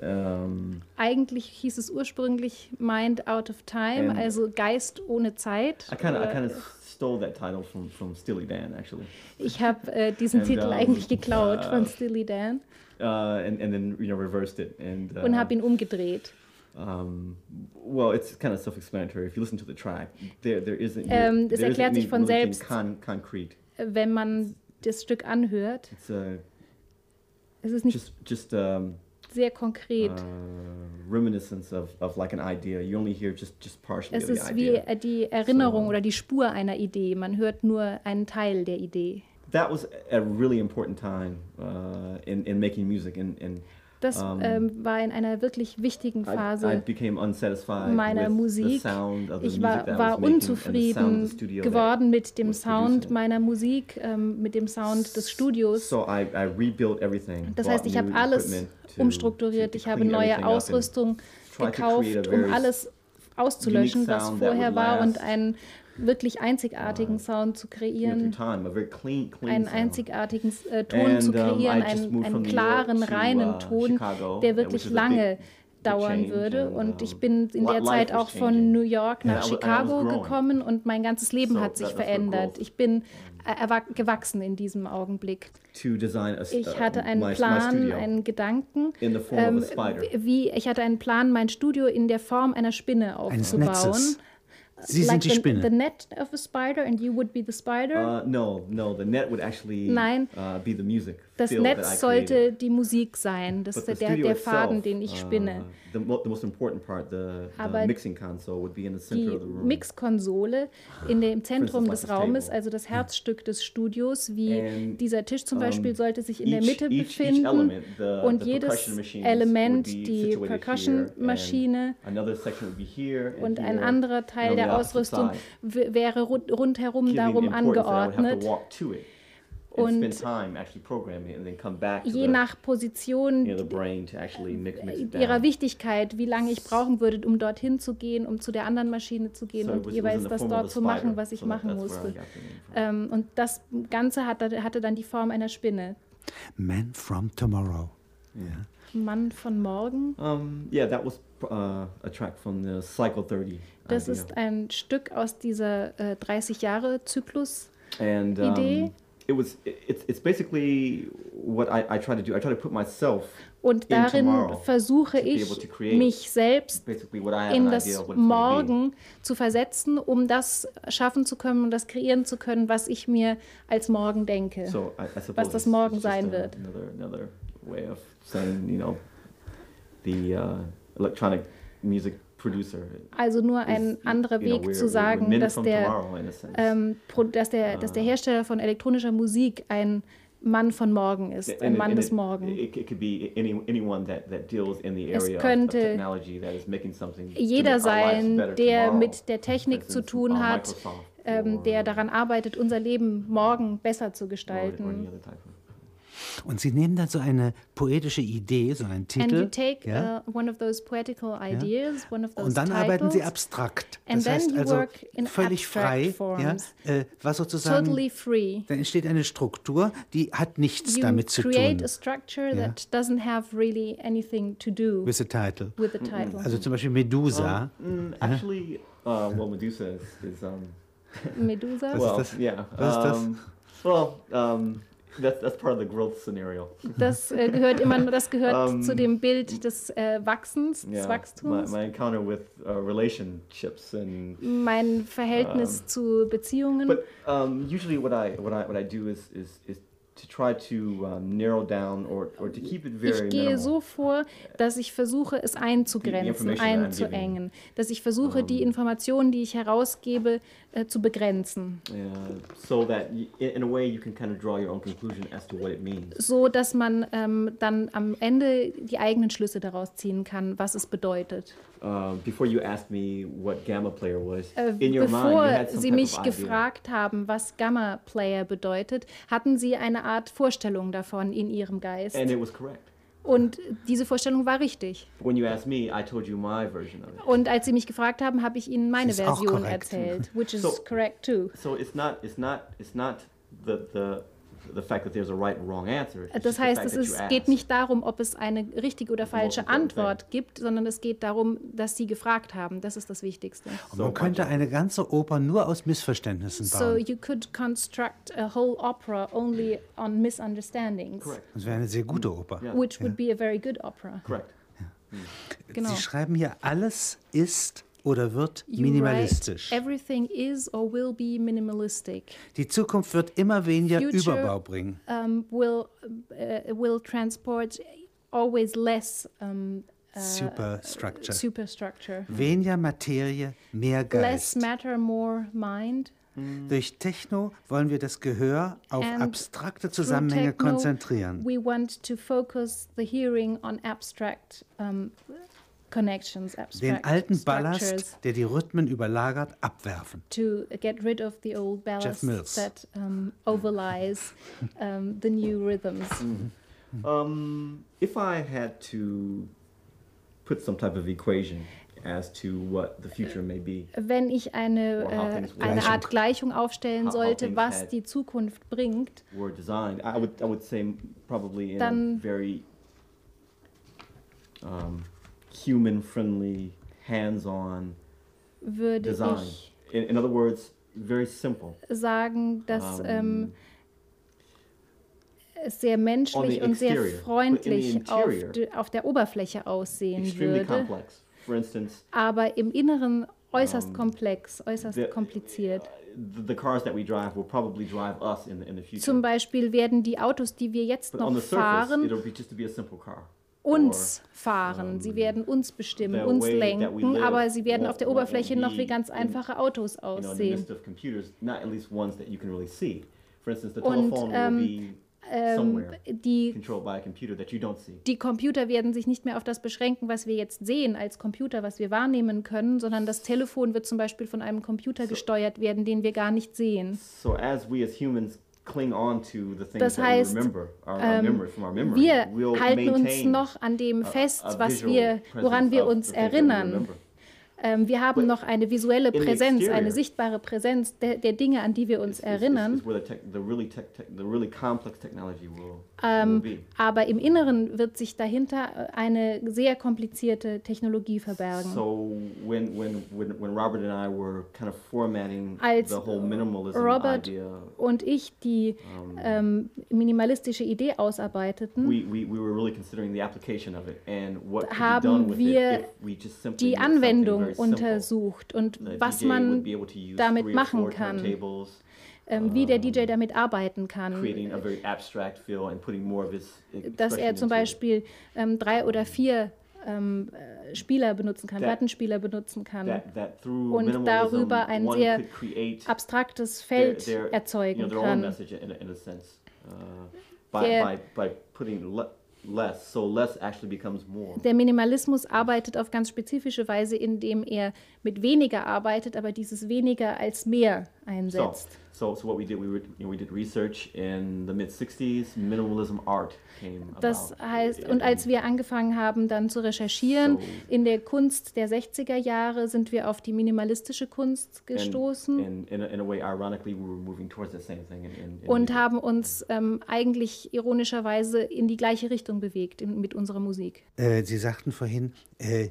S2: Um,
S3: Eigentlich hieß es ursprünglich Mind out of time,
S2: Ähm,
S3: also Geist ohne Zeit.
S2: I kind of I
S3: Oder-
S2: kind of stole that title from from Steely Dan actually.
S3: ich habe äh, diesen
S2: And,
S3: Titel
S2: ähm,
S3: eigentlich geklaut
S2: äh,
S3: von Steely Dan
S2: Uh, and, and then you know reversed it and uh,
S3: und habe ihn umgedreht.
S2: Um, well, it's kind of self-explanatory. If you listen to the track, there there isn't.
S3: Ähm, es
S2: there isn't
S3: erklärt sich von
S2: any really
S3: selbst.
S2: Con concrete.
S3: Äh, Wenn man das Stück anhört,
S2: It's uh,
S3: es ist nicht
S2: just just um,
S3: sehr
S2: uh,
S3: konkret.
S2: reminiscence of, of like an idea. You only hear just just partially
S3: es
S2: of the
S3: ist wie
S2: idea.
S3: äh, die Erinnerung
S2: So.
S3: oder die Spur einer Idee. Man hört nur einen Teil der Idee.
S2: That was a really important time uh, in in making music, and and
S3: Das
S2: Ähm,
S3: ähm, war in einer wirklich wichtigen
S2: I, I
S3: Phase.
S2: became unsatisfied
S3: meiner
S2: with the
S3: Musik.
S2: sound of the
S3: Ich
S2: music
S3: war,
S2: that
S3: war
S2: I was making and the sound of the
S3: unzufrieden
S2: studio. that-
S3: geworden mit dem
S2: was
S3: Sound
S2: producing.
S3: meiner Musik, ähm, mit dem Sound des Studios.
S2: So I, I rebuilt everything.
S3: Das
S2: bought
S3: heißt, ich habe
S2: new
S3: alles
S2: equipment to-
S3: umstrukturiert.
S2: to- to
S3: Ich habe
S2: clean
S3: neue
S2: everything up and-
S3: Ausrüstung
S2: try to create
S3: gekauft,
S2: a
S3: um
S2: very
S3: alles auszulöschen,
S2: unique
S3: was
S2: sound that
S3: vorher
S2: would
S3: war und
S2: last,
S3: einen wirklich einzigartigen
S2: äh,
S3: Sound zu
S2: you know, through
S3: kreieren,
S2: time, a very clean, clean
S3: einen
S2: sound.
S3: einzigartigen äh, Ton
S2: And,
S3: zu
S2: um, I
S3: kreieren,
S2: just
S3: einen,
S2: moved
S3: einen
S2: from New
S3: klaren,
S2: York to,
S3: reinen
S2: uh,
S3: Ton,
S2: Chicago,
S3: der
S2: uh,
S3: wirklich
S2: which is a big-
S3: lange dauern
S2: change
S3: würde.
S2: and,
S3: Und ich
S2: um,
S3: bin in
S2: li-
S3: der
S2: life
S3: Zeit
S2: was
S3: auch von
S2: changing.
S3: New York
S2: Yeah, I
S3: nach
S2: was- and I was
S3: Chicago
S2: growing.
S3: gekommen und mein ganzes Leben
S2: So
S3: hat sich
S2: that- that's where
S3: verändert.
S2: growth-
S3: Ich bin äh, erwa- gewachsen in diesem Augenblick.
S2: to design a, s-
S3: Ich
S2: uh,
S3: hatte einen
S2: my, my
S3: Plan,
S2: studio
S3: einen Gedanken.
S2: in the form
S3: Ähm,
S2: of a spider.
S3: wie ich hatte einen Plan, mein Studio in der Form einer Spinne
S1: Eines
S3: aufzubauen. Äh,
S1: Netzes. Sie
S3: like
S1: sind die
S3: the,
S1: Spinne.
S3: the net of a spider and you would be the spider.
S2: Uh, no, no, the net would actually
S3: Nein.
S2: uh, be the music.
S3: das
S2: field that I
S3: Netz sollte
S2: created.
S3: die Musik sein. Das
S2: But
S3: ist
S2: the
S3: der,
S2: studio
S3: der Faden,
S2: itself,
S3: den ich spinne.
S2: Uh, the, mo the most important part, the, the
S3: Aber
S2: mixing console, would be in the center
S3: die
S2: of the room.
S3: Mixkonsole in dem Zentrum
S2: like
S3: des
S2: this table. Hmm.
S3: Raumes, also das Herzstück des Studios, wie
S2: And,
S3: dieser Tisch zum
S2: um,
S3: Beispiel, sollte sich in der Mitte
S2: each, Each
S3: befinden.
S2: element, the,
S3: und
S2: the
S3: jedes
S2: percussion machines
S3: Element,
S2: would be
S3: die
S2: situated here,
S3: Percussion-Maschine
S2: and Another section would be here and
S3: Und ein
S2: here,
S3: anderer
S2: and
S3: Teil
S2: on the
S3: der
S2: opposite
S3: Ausrüstung
S2: side.
S3: w- wäre rund, rundherum
S2: giving the
S3: darum
S2: importance that I would have to
S3: angeordnet.
S2: walk to it
S3: Und
S2: and spend time actually programming it and then come back to
S3: Je
S2: the-
S3: nach Position
S2: you know, the brain to actually mix, mix it
S3: ihrer
S2: down.
S3: Wichtigkeit, wie lange ich brauchen würde, um dorthin zu gehen, um zu der anderen Maschine zu gehen
S2: So it
S3: und
S2: was- it was in
S3: jeweils
S2: the
S3: das
S2: form of
S3: dort
S2: a
S3: zu machen,
S2: spider.
S3: was ich
S2: So that-
S3: machen
S2: that's where I
S3: musste.
S2: got the name from.
S3: Ähm, und das Ganze hatte, hatte dann die Form einer Spinne.
S1: Man from tomorrow. Ja.
S3: Mann von morgen.
S2: Um, yeah, that was uh, a track from the Cycle 30.
S3: Das
S2: idea.
S3: ist ein Stück aus dieser äh, 30-Jahre-Zyklus.
S2: and
S3: Idee.
S2: um, it was it- it's it's basically what I, I try to do. I try to put myself
S3: Und
S2: In
S3: darin
S2: tomorrow,
S3: versuche
S2: to be
S3: ich,
S2: able to create
S3: mich selbst
S2: basically what I have
S3: in
S2: an
S3: das
S2: idea of what it's gonna be.
S3: Morgen zu versetzen, um das schaffen zu können und das kreieren zu können, was ich mir als Morgen denke.
S2: So I, I suppose
S3: das
S2: it's-
S3: morgen
S2: it's just
S3: sein
S2: a-
S3: wird.
S2: Another another way of saying you know the uh, electronic music producer.
S3: Also nur ein
S2: is,
S3: anderer
S2: you know,
S3: Weg
S2: we're-
S3: zu
S2: we're
S3: sagen,
S2: men
S3: dass
S2: from
S3: der,
S2: tomorrow, in a sense.
S3: ähm, Pro- dass, der, dass der
S2: Ah.
S3: Hersteller von elektronischer Musik ein Mann von morgen ist, ein
S2: And it-
S3: Mann
S2: and
S3: des
S2: it-
S3: Morgen.
S2: It, it could be any, anyone that, that deals in the
S3: Es
S2: area of-
S3: könnte
S2: of technology that is making something. to make
S3: Jeder
S2: our lives
S3: sein,
S2: better
S3: der
S2: tomorrow.
S3: mit der
S2: For
S3: Technik zu
S2: instance,
S3: tun
S2: uh,
S3: hat,
S2: Microsoft
S3: ähm,
S2: or-
S3: der daran arbeitet, unser Leben morgen besser zu
S2: or- or any
S3: gestalten.
S2: other type of-
S1: Und Sie nehmen dann so eine poetische Idee, so einen
S3: And
S1: Titel.
S3: you take
S1: ja?
S3: uh, one of those poetical ideas, one of those
S1: und dann arbeiten Sie
S3: titles,
S1: abstrakt.
S3: And
S1: Das
S3: then
S1: heißt
S3: you
S1: also
S3: work in
S1: völlig
S3: abstract
S1: frei, ja?
S3: forms.
S1: äh, was sozusagen,
S3: totally free.
S1: da entsteht eine Struktur, die hat nichts
S3: You
S1: damit zu
S3: create
S1: tun.
S3: a structure
S1: Ja.
S3: that doesn't have really anything to do
S1: With the title.
S3: with the title.
S1: Also zum Beispiel Medusa.
S2: Mm, actually, uh, well, Medusa is, is um,
S3: Medusa.
S1: Was ist
S2: well,
S1: das?
S2: yeah.
S1: Was ist das?
S2: um, Well, um, that's that's part of the growth scenario.
S3: Das äh, gehört immer, das gehört
S2: Ähm,
S3: zu dem Bild des äh, Wachsens,
S2: Yeah.
S3: des
S2: My,
S3: Wachstums.
S2: my encounter with uh, relationships and
S3: mein
S2: ähm,
S3: Verhältnis zu Beziehungen.
S2: But um, usually, what I what I what I do is is is to try to um, narrow down or, or to keep it very
S3: Ich gehe
S2: minimal.
S3: so vor, dass ich versuche, es einzugrenzen,
S2: information that I'm giving. Um,
S3: einzuengen. Dass ich versuche, die Informationen, die ich herausgebe, äh, zu begrenzen.
S2: Yeah, so that y- in in a way you can kind of draw your own conclusion as to what it means.
S3: So, dass man ähm, dann am Ende die eigenen Schlüsse daraus ziehen kann, was es bedeutet.
S2: Um, before you asked me what gamma player was,
S3: Äh,
S2: in your mind you
S3: bevor
S2: had some
S3: Sie
S2: type
S3: mich
S2: of idea.
S3: gefragt haben, was Gamma Player bedeutet, hatten Sie eine Art Vorstellung davon in Ihrem Geist.
S2: And it was correct.
S3: Und diese Vorstellung war richtig.
S2: When you asked me, I told you my version of it.
S3: Und als Sie mich gefragt haben, habe ich Ihnen meine
S1: Ist auch
S3: Version
S1: korrekt.
S3: erzählt, which is
S2: So-
S3: correct too.
S2: So it's not it's not it's not the the the fact that there's a right and wrong answer. It's just
S3: Das
S2: the
S3: heißt,
S2: fact
S3: es
S2: that you
S3: ist, geht
S2: asked.
S3: nicht darum, ob es eine richtige oder falsche
S2: important thing.
S3: Antwort gibt, sondern es geht darum, dass Sie gefragt haben. Das ist das Wichtigste.
S1: Und
S2: So
S1: man könnte
S2: much.
S1: eine ganze Oper nur aus Missverständnissen
S3: So
S1: bauen.
S3: you could construct a whole opera only on misunderstandings,
S2: correct.
S1: Das wäre eine sehr gute Oper.
S2: Yeah.
S3: which would be a very good opera.
S2: Correct.
S3: Genau.
S1: Sie schreiben hier, alles ist oder wird
S3: You
S1: minimalistisch.
S3: write, everything is or will be minimalistic.
S1: Die Zukunft wird immer weniger
S3: Future-
S1: Überbau bringen.
S3: Um, will uh, will transport always less um, uh,
S1: Superstructure.
S3: superstructure.
S1: weniger Materie, mehr
S3: Less
S1: Geist.
S3: matter, more mind.
S1: Durch Techno wollen wir das Gehör auf
S3: And
S1: abstrakte
S3: through
S1: Zusammenhänge
S3: Ähm, techno,
S1: konzentrieren.
S3: We want to focus the hearing on abstract um, connections,
S1: Den
S3: abstract
S1: alten
S3: structures.
S1: Ballast, der die Rhythmen überlagert, abwerfen.
S3: To get rid of the old ballast
S1: Mills.
S3: that um, overlies um, the new rhythms.
S1: Hm.
S2: Um, if I had to put some type of equation as to what the future may be,
S3: Wenn ich
S2: Or how
S3: eine,
S2: things
S3: äh,
S2: will.
S3: eine
S1: Gleichung.
S3: Art Gleichung aufstellen
S2: How- how
S3: sollte,
S2: things
S3: was
S2: had-
S3: die Zukunft bringt,
S2: were designed, I would I would say probably in a
S3: Dann-
S2: very um, human friendly, hands on
S3: würde
S2: design.
S3: ich
S2: In, in other words, very simple.
S3: sagen, dass
S2: Um,
S3: ähm, es sehr
S2: on the
S3: menschlich und sehr
S2: exterior, but in
S3: freundlich
S2: the
S3: auf,
S2: interior,
S3: de, auf der Oberfläche aussehen
S2: extremely
S3: würde,
S2: complex. For instance,
S3: aber im Inneren äußerst
S2: Um,
S3: komplex, äußerst
S2: the-
S3: kompliziert.
S2: the, the cars that we drive will probably drive us in the, in the future.
S3: Zum Beispiel werden die Autos, die wir jetzt
S2: but on
S3: noch
S2: the surface,
S3: fahren,
S2: it'll be just to be a simple car.
S3: uns fahren. sie
S2: um,
S3: werden uns bestimmen,
S2: the
S3: uns
S2: way that we
S3: lenken,
S2: live
S3: aber sie werden
S2: won't-
S3: auf der
S2: won't
S3: Oberfläche noch
S2: be
S3: wie ganz
S2: in-
S3: einfache Autos
S2: Or, you know, in the
S3: aussehen.
S2: midst of computers, not at least ones that you can really see. For instance, the
S3: Und,
S2: telephone
S3: ähm,
S2: will be
S3: Ähm,
S2: somewhere
S3: die
S2: controlled by a computer that you don't see.
S3: die Computer werden sich nicht mehr auf das beschränken, was wir jetzt sehen als Computer, was wir wahrnehmen können, sondern das Telefon wird zum Beispiel von einem Computer
S2: So-
S3: gesteuert werden, den wir gar nicht sehen.
S2: So as we as humans cling on to the things
S3: Das
S2: that
S3: heißt,
S2: we remember, our, our
S3: ähm,
S2: memory from our memory,
S3: Wir
S2: we'll
S3: halten uns
S2: maintain
S3: noch an dem
S2: a-
S3: fest,
S2: a
S3: was
S2: visual
S3: wir, woran
S2: presence
S3: wir
S2: of
S3: uns
S2: the things that we
S3: erinnern.
S2: remember.
S3: Ähm, wir haben
S2: But
S3: noch eine visuelle
S2: in the
S3: Präsenz, eine
S2: exterior-
S3: sichtbare Präsenz der, der Dinge, an die wir uns
S2: It's- it's- it's-
S3: erinnern.
S2: it's where the tech- the really tech- tech- the really complex technology will- will
S3: Ähm,
S2: be.
S3: aber im Inneren wird sich dahinter äh, eine sehr komplizierte Technologie verbergen.
S2: So when when when when Robert and I were kind of formatting
S3: Als
S2: the whole minimalism
S3: Robert
S2: idea,
S3: Und ich, die
S2: um,
S3: ähm, minimalistische Idee ausarbeiteten,
S2: we, we we were really considering the application of it and what could be
S3: Haben
S2: done with
S3: wir
S2: it if we just simply
S3: die
S2: made something
S3: Anwendung
S2: very simple.
S3: untersucht und
S2: The
S3: was
S2: DJ would
S3: man,
S2: be able to use
S3: damit
S2: three or
S3: machen
S2: four
S3: kann.
S2: Turntables,
S3: ähm, wie der DJ damit arbeiten kann.
S2: uh, creating a very abstract feel and putting more of his
S3: Dass er
S2: expression
S3: zum
S2: into it.
S3: Beispiel ähm, drei oder vier ähm, äh, Spieler benutzen kann,
S2: That-
S3: Plattenspieler benutzen kann,
S2: that, that through
S3: und
S2: minimalism
S3: darüber ein
S2: one
S3: sehr
S2: could create
S3: abstraktes
S2: their-
S3: Feld
S2: their, you know,
S3: erzeugen
S2: their own
S3: kann.
S2: message in, a- in a sense uh, by,
S3: Der-
S2: by, by putting le- less so less actually becomes more
S3: Der Minimalismus arbeitet auf ganz spezifische Weise, indem er mit weniger arbeitet, aber dieses weniger als mehr
S2: so,
S3: einsetzt.
S2: so so what we did we were, you know, we did research in the mid 60s minimalism art came
S3: Das
S2: about
S3: heißt,
S2: And-
S3: und als wir angefangen haben, dann zu recherchieren,
S2: So.
S3: in der Kunst der 60er Jahre sind wir auf die minimalistische Kunst
S2: and-
S3: gestoßen
S2: and in a, in a way ironically we were moving towards the same thing in, in, in
S3: und
S2: music.
S3: haben uns ähm, eigentlich ironischerweise in die gleiche Richtung bewegt in, mit unserer Musik.
S1: Äh, Sie sagten vorhin, äh,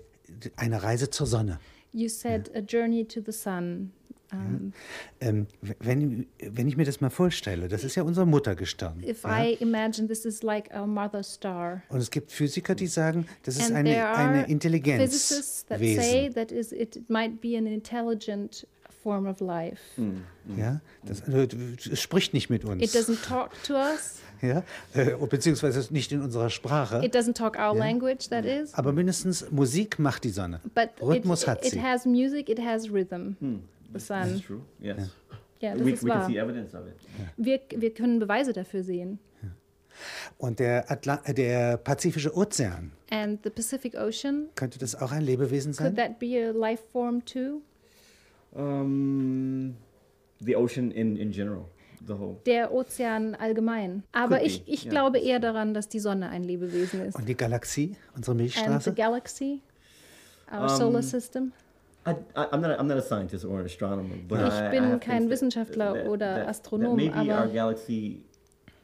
S1: eine Reise zur Sonne.
S3: You said a journey to the sun. Ähm,
S1: Ähm, w- wenn, wenn ich mir das mal vorstelle, das ist ja unser Muttergestirn.
S3: If
S1: Ja?
S3: I imagine this is like our mother star.
S1: Und es gibt Physiker, die sagen, das ist
S3: And
S1: eine,
S3: there are
S1: eine
S3: Physicists that say
S1: Intelligenzwesen.
S3: that is it might be an intelligent form of life.
S2: Hmm.
S1: Ja, das, also, es spricht nicht mit
S3: It
S1: uns.
S3: doesn't talk to us.
S1: Ja, äh, beziehungsweise ist nicht in unserer Sprache.
S3: It doesn't talk our
S1: Yeah.
S3: language. That is.
S1: Aber mindestens Musik macht die Sonne.
S3: But it,
S1: Rhythmus hat
S3: it
S1: sie.
S3: has music. It has rhythm. The
S2: That's
S3: sun.
S2: Hmm. true. Yes.
S3: Ja, das
S2: We,
S3: ist
S2: we can
S3: wahr.
S2: see evidence of it.
S3: Wir, wir können Beweise dafür sehen.
S1: Und der, Atla äh, der Pazifische Ozean,
S3: And the Pacific Ocean.
S1: könnte das auch ein Lebewesen
S3: Could
S1: sein?
S3: that be a life form too?
S2: Um, the ocean in, in general, the whole.
S3: Der Ozean allgemein. Aber
S2: Could
S3: ich,
S2: be,
S3: ich
S2: ja.
S3: glaube eher daran, dass die Sonne ein Lebewesen ist.
S1: Und die Galaxie, unsere
S3: And the
S1: Milchstraße?
S3: galaxy,
S2: Um,
S3: our solar system.
S2: I, I, I'm not. A, I'm not a scientist or an astronomer, but
S3: Ich
S2: I, I
S3: bin
S2: have
S3: kein
S2: things that-
S3: Wissenschaftler
S2: that-
S3: oder
S2: that- that
S3: Astronom,
S2: Maybe our
S3: aber-
S2: galaxy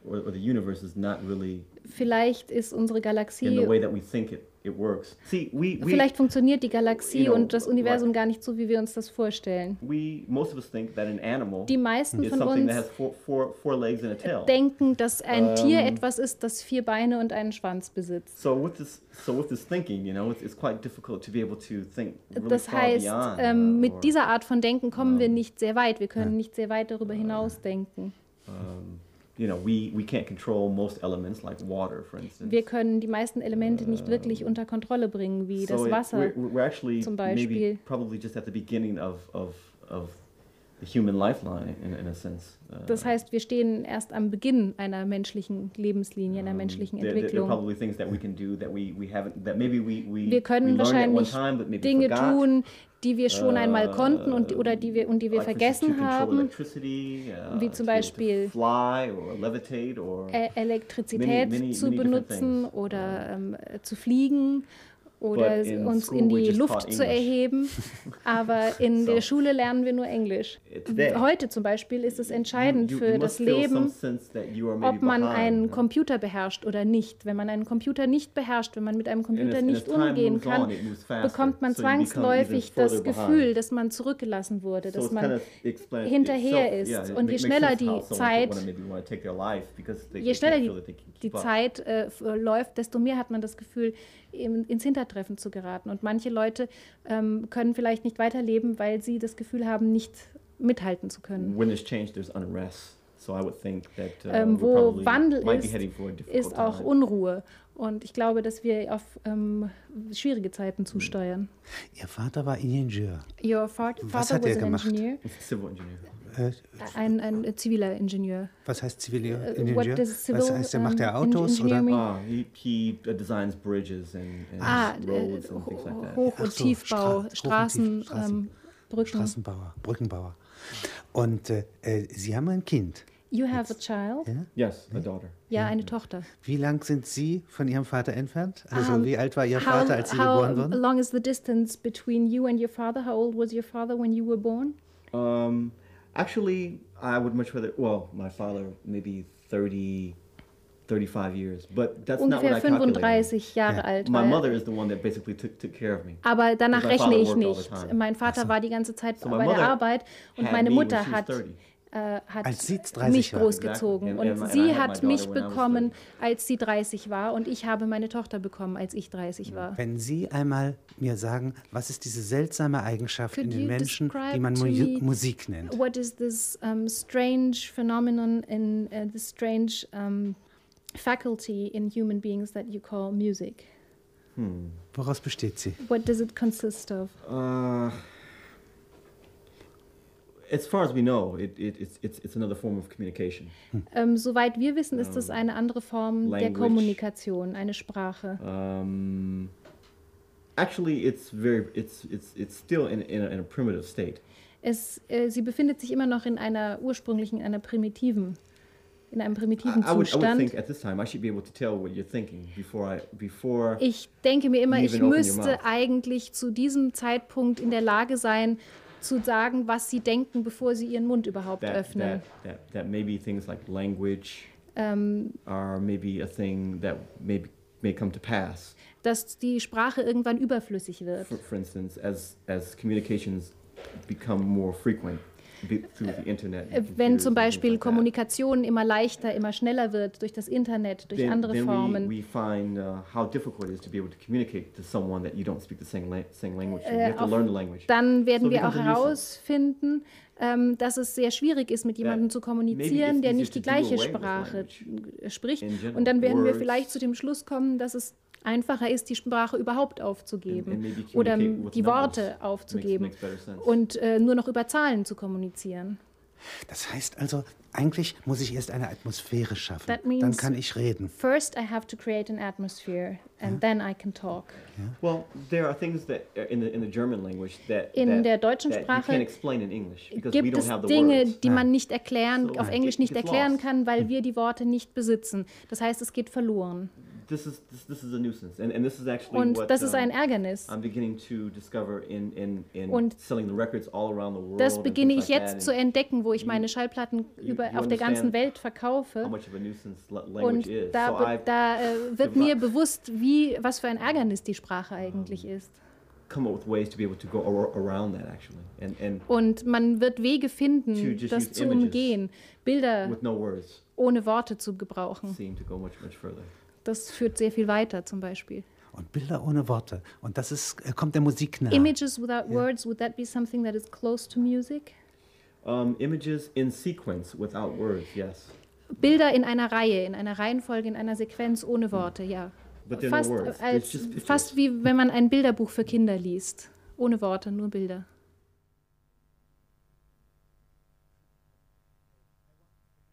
S2: or, or the universe is not really
S3: Vielleicht ist unsere
S2: in the
S3: Galaxie,
S2: way that we think it, it works. See, we we,
S3: vielleicht funktioniert die Galaxie
S2: you know,
S3: und das Universum
S2: like-
S3: gar nicht so, wie wir uns das vorstellen.
S2: we most of us think that an animal
S3: Die meisten
S2: is
S3: von
S2: something that
S3: uns
S2: has Um, four, four, four legs and a tail.
S3: denken, dass ein Tier etwas ist, das vier Beine und einen Schwanz besitzt.
S2: So with this, so with this thinking, you know, it's, it's quite difficult to be able to think really
S3: Das
S2: far
S3: heißt,
S2: beyond.
S3: ähm,
S2: uh,
S3: mit
S2: or,
S3: dieser Art von Denken kommen wir nicht sehr weit. Wir können nicht sehr weit darüber hinaus denken.
S2: um, you know, we, we can't control most elements like water, for instance.
S3: Wir können die meisten Elemente nicht wirklich unter Kontrolle bringen, wie das
S2: um, it-
S3: Wasser.
S2: we're, we're actually
S3: zum
S2: maybe
S3: Beispiel.
S2: probably just at the beginning of, of, of the human lifeline in, in a sense. Uh,
S3: Das heißt, wir stehen erst am Beginn einer menschlichen Lebenslinie,
S2: Um,
S3: einer menschlichen
S2: there, there, there are
S3: Entwicklung.
S2: probably things that we can do that we, we haven't that maybe we we,
S3: Wir können
S2: we learned at one
S3: wahrscheinlich
S2: time but maybe
S3: Dinge
S2: forgot.
S3: tun, die wir schon einmal
S2: Äh,
S3: konnten und, die- oder die wir, und die wir
S2: like, for instance, to
S3: vergessen
S2: control
S3: haben.
S2: electricity, uh,
S3: wie zum
S2: to- to
S3: Beispiel-
S2: fly or levitate or
S3: E- Elektrizität
S2: many-
S3: zu
S2: many different
S3: benutzen
S2: things.
S3: oder ähm, äh, zu fliegen oder
S2: But in
S3: uns
S2: school
S3: in
S2: we
S3: die
S2: just
S3: Luft
S2: taught
S3: zu
S2: English.
S3: erheben. Aber in
S2: So.
S3: der Schule lernen wir nur Englisch.
S2: Today.
S3: Heute zum Beispiel ist es entscheidend
S2: you, you,
S3: für
S2: you
S3: das
S2: must feel some
S3: Leben,
S2: sense that you are maybe
S3: ob man
S2: behind,
S3: einen
S2: you know?
S3: Computer beherrscht oder nicht. Wenn man einen Computer nicht beherrscht, wenn man mit einem
S2: And
S3: Computer
S2: as- and as
S3: nicht
S2: time
S3: umgehen
S2: moves
S3: kann,
S2: on, it moves faster.
S3: bekommt man
S2: So you become even
S3: zwangsläufig das
S2: further behind.
S3: Gefühl, dass man zurückgelassen wurde,
S2: So
S3: dass
S2: it's
S3: man
S2: kind of explains
S3: hinterher
S2: itself.
S3: ist.
S2: Yeah, it
S3: Und je
S2: makes
S3: schneller
S2: sense
S3: die
S2: how someone
S3: Zeit-
S2: wanna maybe wanna take their life because they-
S3: je
S2: they
S3: schneller
S2: feel
S3: die-
S2: that they can
S3: die
S2: keep up.
S3: Zeit äh, läuft, desto mehr hat man das Gefühl, im, ins Hintertreffen zu geraten. Und manche Leute ähm, können vielleicht nicht weiterleben, weil sie das Gefühl haben, nicht mithalten zu können.
S2: When there's change, there's unrest. So I would think that uh,
S3: Ähm,
S2: we
S3: wo
S2: probably
S3: Wandel
S2: might be
S3: ist,
S2: heading for a difficult
S3: Ist auch
S2: time.
S3: Unruhe. Und ich glaube, dass wir auf ähm, schwierige
S2: Mm.
S3: Zeiten zusteuern.
S1: Ihr Vater war Ingenieur.
S3: Your fa- father
S1: Was hat er
S3: was an
S1: gemacht?
S3: engineer,
S2: Civil engineer.
S1: Äh,
S3: ein, ein ziviler Ingenieur.
S1: was heißt ziviler
S3: Äh, what
S1: Ingenieur?
S3: does
S1: Was
S3: civil,
S1: heißt, er macht
S3: ähm,
S1: er Autos oder?
S3: engineering-
S2: Ah, he, he uh, designs bridges and, and
S3: Ah, äh,
S2: roads and things like that.
S3: Hoch-
S1: Ach
S3: und
S1: so,
S3: Tiefbau,
S1: Stra- Hoch-
S3: Straßen,
S1: und Tiefstraßen.
S3: ähm, Brücken.
S1: Straßenbauer, Brückenbauer. Und äh, äh, Sie haben ein Kind.
S3: You have a child?
S1: Ja?
S2: Yes, a daughter.
S3: Ja, eine Tochter.
S1: Wie lang sind Sie von Ihrem Vater entfernt? Also
S3: Um,
S1: wie alt war Ihr
S3: How,
S1: Vater, als Sie
S3: how
S1: geboren wurden?
S3: long is the distance between you and your father? How old was your father when you were born?
S2: Um, actually, I would much rather. Well, my father maybe 30, 35 years, but that's not what I
S3: Ungefähr
S2: calculated.
S3: 35 Jahre
S1: Yeah.
S3: alt
S2: My
S3: war er.
S2: mother is the one that basically took, took care of me.
S3: Aber danach
S2: my father
S3: rechne ich
S2: worked all the
S3: nicht.
S2: time. Also,
S3: Mein Vater war die ganze Zeit
S2: So my
S3: bei der
S2: mother
S3: Arbeit und
S2: had
S3: meine
S2: me when
S3: Mutter
S2: she was
S3: hat,
S2: 30.
S3: äh, hat
S1: Als sie 30
S3: mich
S1: war.
S3: großgezogen.
S2: Exactly.
S3: Und
S2: And- and I
S3: sie
S2: had my
S3: hat mich
S2: daughter when I was
S3: bekommen, als sie 30 war. Und ich habe meine Tochter bekommen, als ich
S2: Mm.
S3: 30 war.
S1: Wenn Sie einmal mir sagen, was ist diese seltsame Eigenschaft
S3: Could
S1: in den
S3: you
S1: Menschen, die
S3: describe
S1: man
S3: to
S1: Mu
S3: me-
S1: Musik nennt?
S3: What is this um, strange phenomenon in uh, this strange um, faculty in human beings that you call music?
S1: Woraus besteht sie?
S3: What does it consist of?
S2: Uh, as far as we know, it, it, it's, it's, it's another form of communication.
S3: Ähm, soweit wir wissen, ist es eine andere Form der
S2: Ähm, Language.
S3: Kommunikation, eine Sprache.
S2: Um, actually, it's very it's it's it's still in in a, in a primitive state.
S3: Es, äh, sie befindet sich immer noch in einer ursprünglichen, einer primitiven, in einem
S2: I,
S3: primitiven
S2: I would I would
S3: Zustand.
S2: think at this time I should be able to tell what you're thinking before I before.
S3: Ich denke mir immer,
S2: You
S3: ich
S2: even open your
S3: müsste
S2: mouth.
S3: eigentlich zu diesem Zeitpunkt in der Lage sein, zu sagen, was sie denken, bevor sie ihren Mund überhaupt
S2: That,
S3: öffnen.
S2: that, that, that maybe things like language
S3: Ähm,
S2: are maybe a thing that maybe may come to pass.
S3: dass die Sprache irgendwann
S2: Hm.
S3: überflüssig wird.
S2: For, for instance, as as communications become more frequent, be- through the internet. and
S3: Äh,
S2: computers
S3: Wenn zum
S2: and things
S3: Beispiel
S2: like that.
S3: Kommunikation immer leichter, immer schneller wird durch das Internet, durch
S2: then,
S3: andere
S2: then
S3: Formen,
S2: We, we find uh, how difficult it is to be able to communicate to someone that you don't speak the same, la- same language. to. you
S3: Äh,
S2: have to
S3: auf-
S2: learn the language.
S3: dann werden
S2: So
S3: wir auch
S2: becomes a nuisance.
S3: herausfinden, ähm, dass es sehr schwierig ist, mit jemandem zu kommunizieren, der
S2: Äh, easier
S3: nicht
S2: to
S3: die
S2: do away
S3: gleiche
S2: with
S3: Sprache äh, spricht.
S2: In general,
S3: Und dann werden wir
S2: words.
S3: vielleicht zu dem Schluss kommen, dass es einfacher ist, die Sprache überhaupt
S2: And- and maybe
S3: aufzugeben oder
S2: communicate with
S3: die
S2: numbers
S3: Worte
S2: makes,
S3: aufzugeben
S2: makes better sense.
S3: und äh, nur noch über Zahlen zu kommunizieren.
S1: Das heißt also, eigentlich muss ich erst eine Atmosphäre schaffen.
S3: That means-
S1: Dann kann ich reden.
S3: First I have to create an atmosphere and then I can talk.
S2: Well, there are things that uh, in the in the German language that
S3: In
S2: that,
S3: der deutschen
S2: that you
S3: Sprache
S2: can't explain in English because we
S3: gibt
S2: don't
S3: es
S2: have the
S3: Dinge,
S2: words.
S3: die man nicht erklären,
S2: So,
S3: auf
S2: it
S3: Englisch nicht
S2: gets
S3: erklären
S2: lost.
S3: kann, weil wir die Worte nicht besitzen. Das heißt, es geht verloren.
S2: This is this, this is a nuisance, and, and this is actually
S3: Und
S2: what
S3: das ist
S2: um,
S3: ein Ärgernis.
S2: I'm beginning to discover in in in
S3: Und
S2: selling the records all around the world.
S3: Das
S2: and
S3: beginne
S2: things
S3: ich
S2: like that,
S3: jetzt zu
S2: and
S3: entdecken, wo ich
S2: you-
S3: meine Schallplatten
S2: you-
S3: über,
S2: you
S3: auf der ganzen
S2: understand
S3: Welt
S2: How
S3: verkaufe.
S2: much of a nuisance la- language
S3: Und
S2: is.
S3: da,
S2: so
S3: be-
S2: I've
S3: da äh, wird
S2: devi-
S3: mir bewusst, wie, was für ein Ärgernis die Sprache
S2: Um,
S3: eigentlich ist.
S2: come up with ways to be able to go ar- around that actually, and and
S3: Und man wird Wege
S2: To
S3: finden,
S2: just
S3: das
S2: use
S3: zu
S2: images.
S3: umgehen, Bilder
S2: with no words
S3: ohne Worte zu gebrauchen.
S2: seem to go much much further.
S3: Das führt sehr viel weiter zum Beispiel.
S1: Und Bilder ohne Worte. Und das ist, äh, kommt der Musik nahe.
S3: Images without words, would that be something that is close to music?
S2: Um, images in sequence without words, yes,
S3: Bilder in einer Reihe, in einer Reihenfolge, in einer Sequenz ohne Worte, ja.
S2: but they're
S3: Fast,
S2: no words. It's
S3: als,
S2: just pictures.
S3: fast wie wenn man ein Bilderbuch für Kinder liest. Ohne Worte, nur Bilder.